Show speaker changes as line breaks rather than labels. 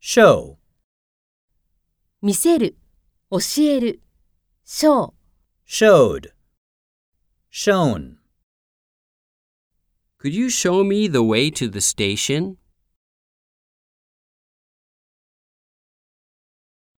show,
見せる、教える、ショー、
showed, shown.
Could you show me the way to the station?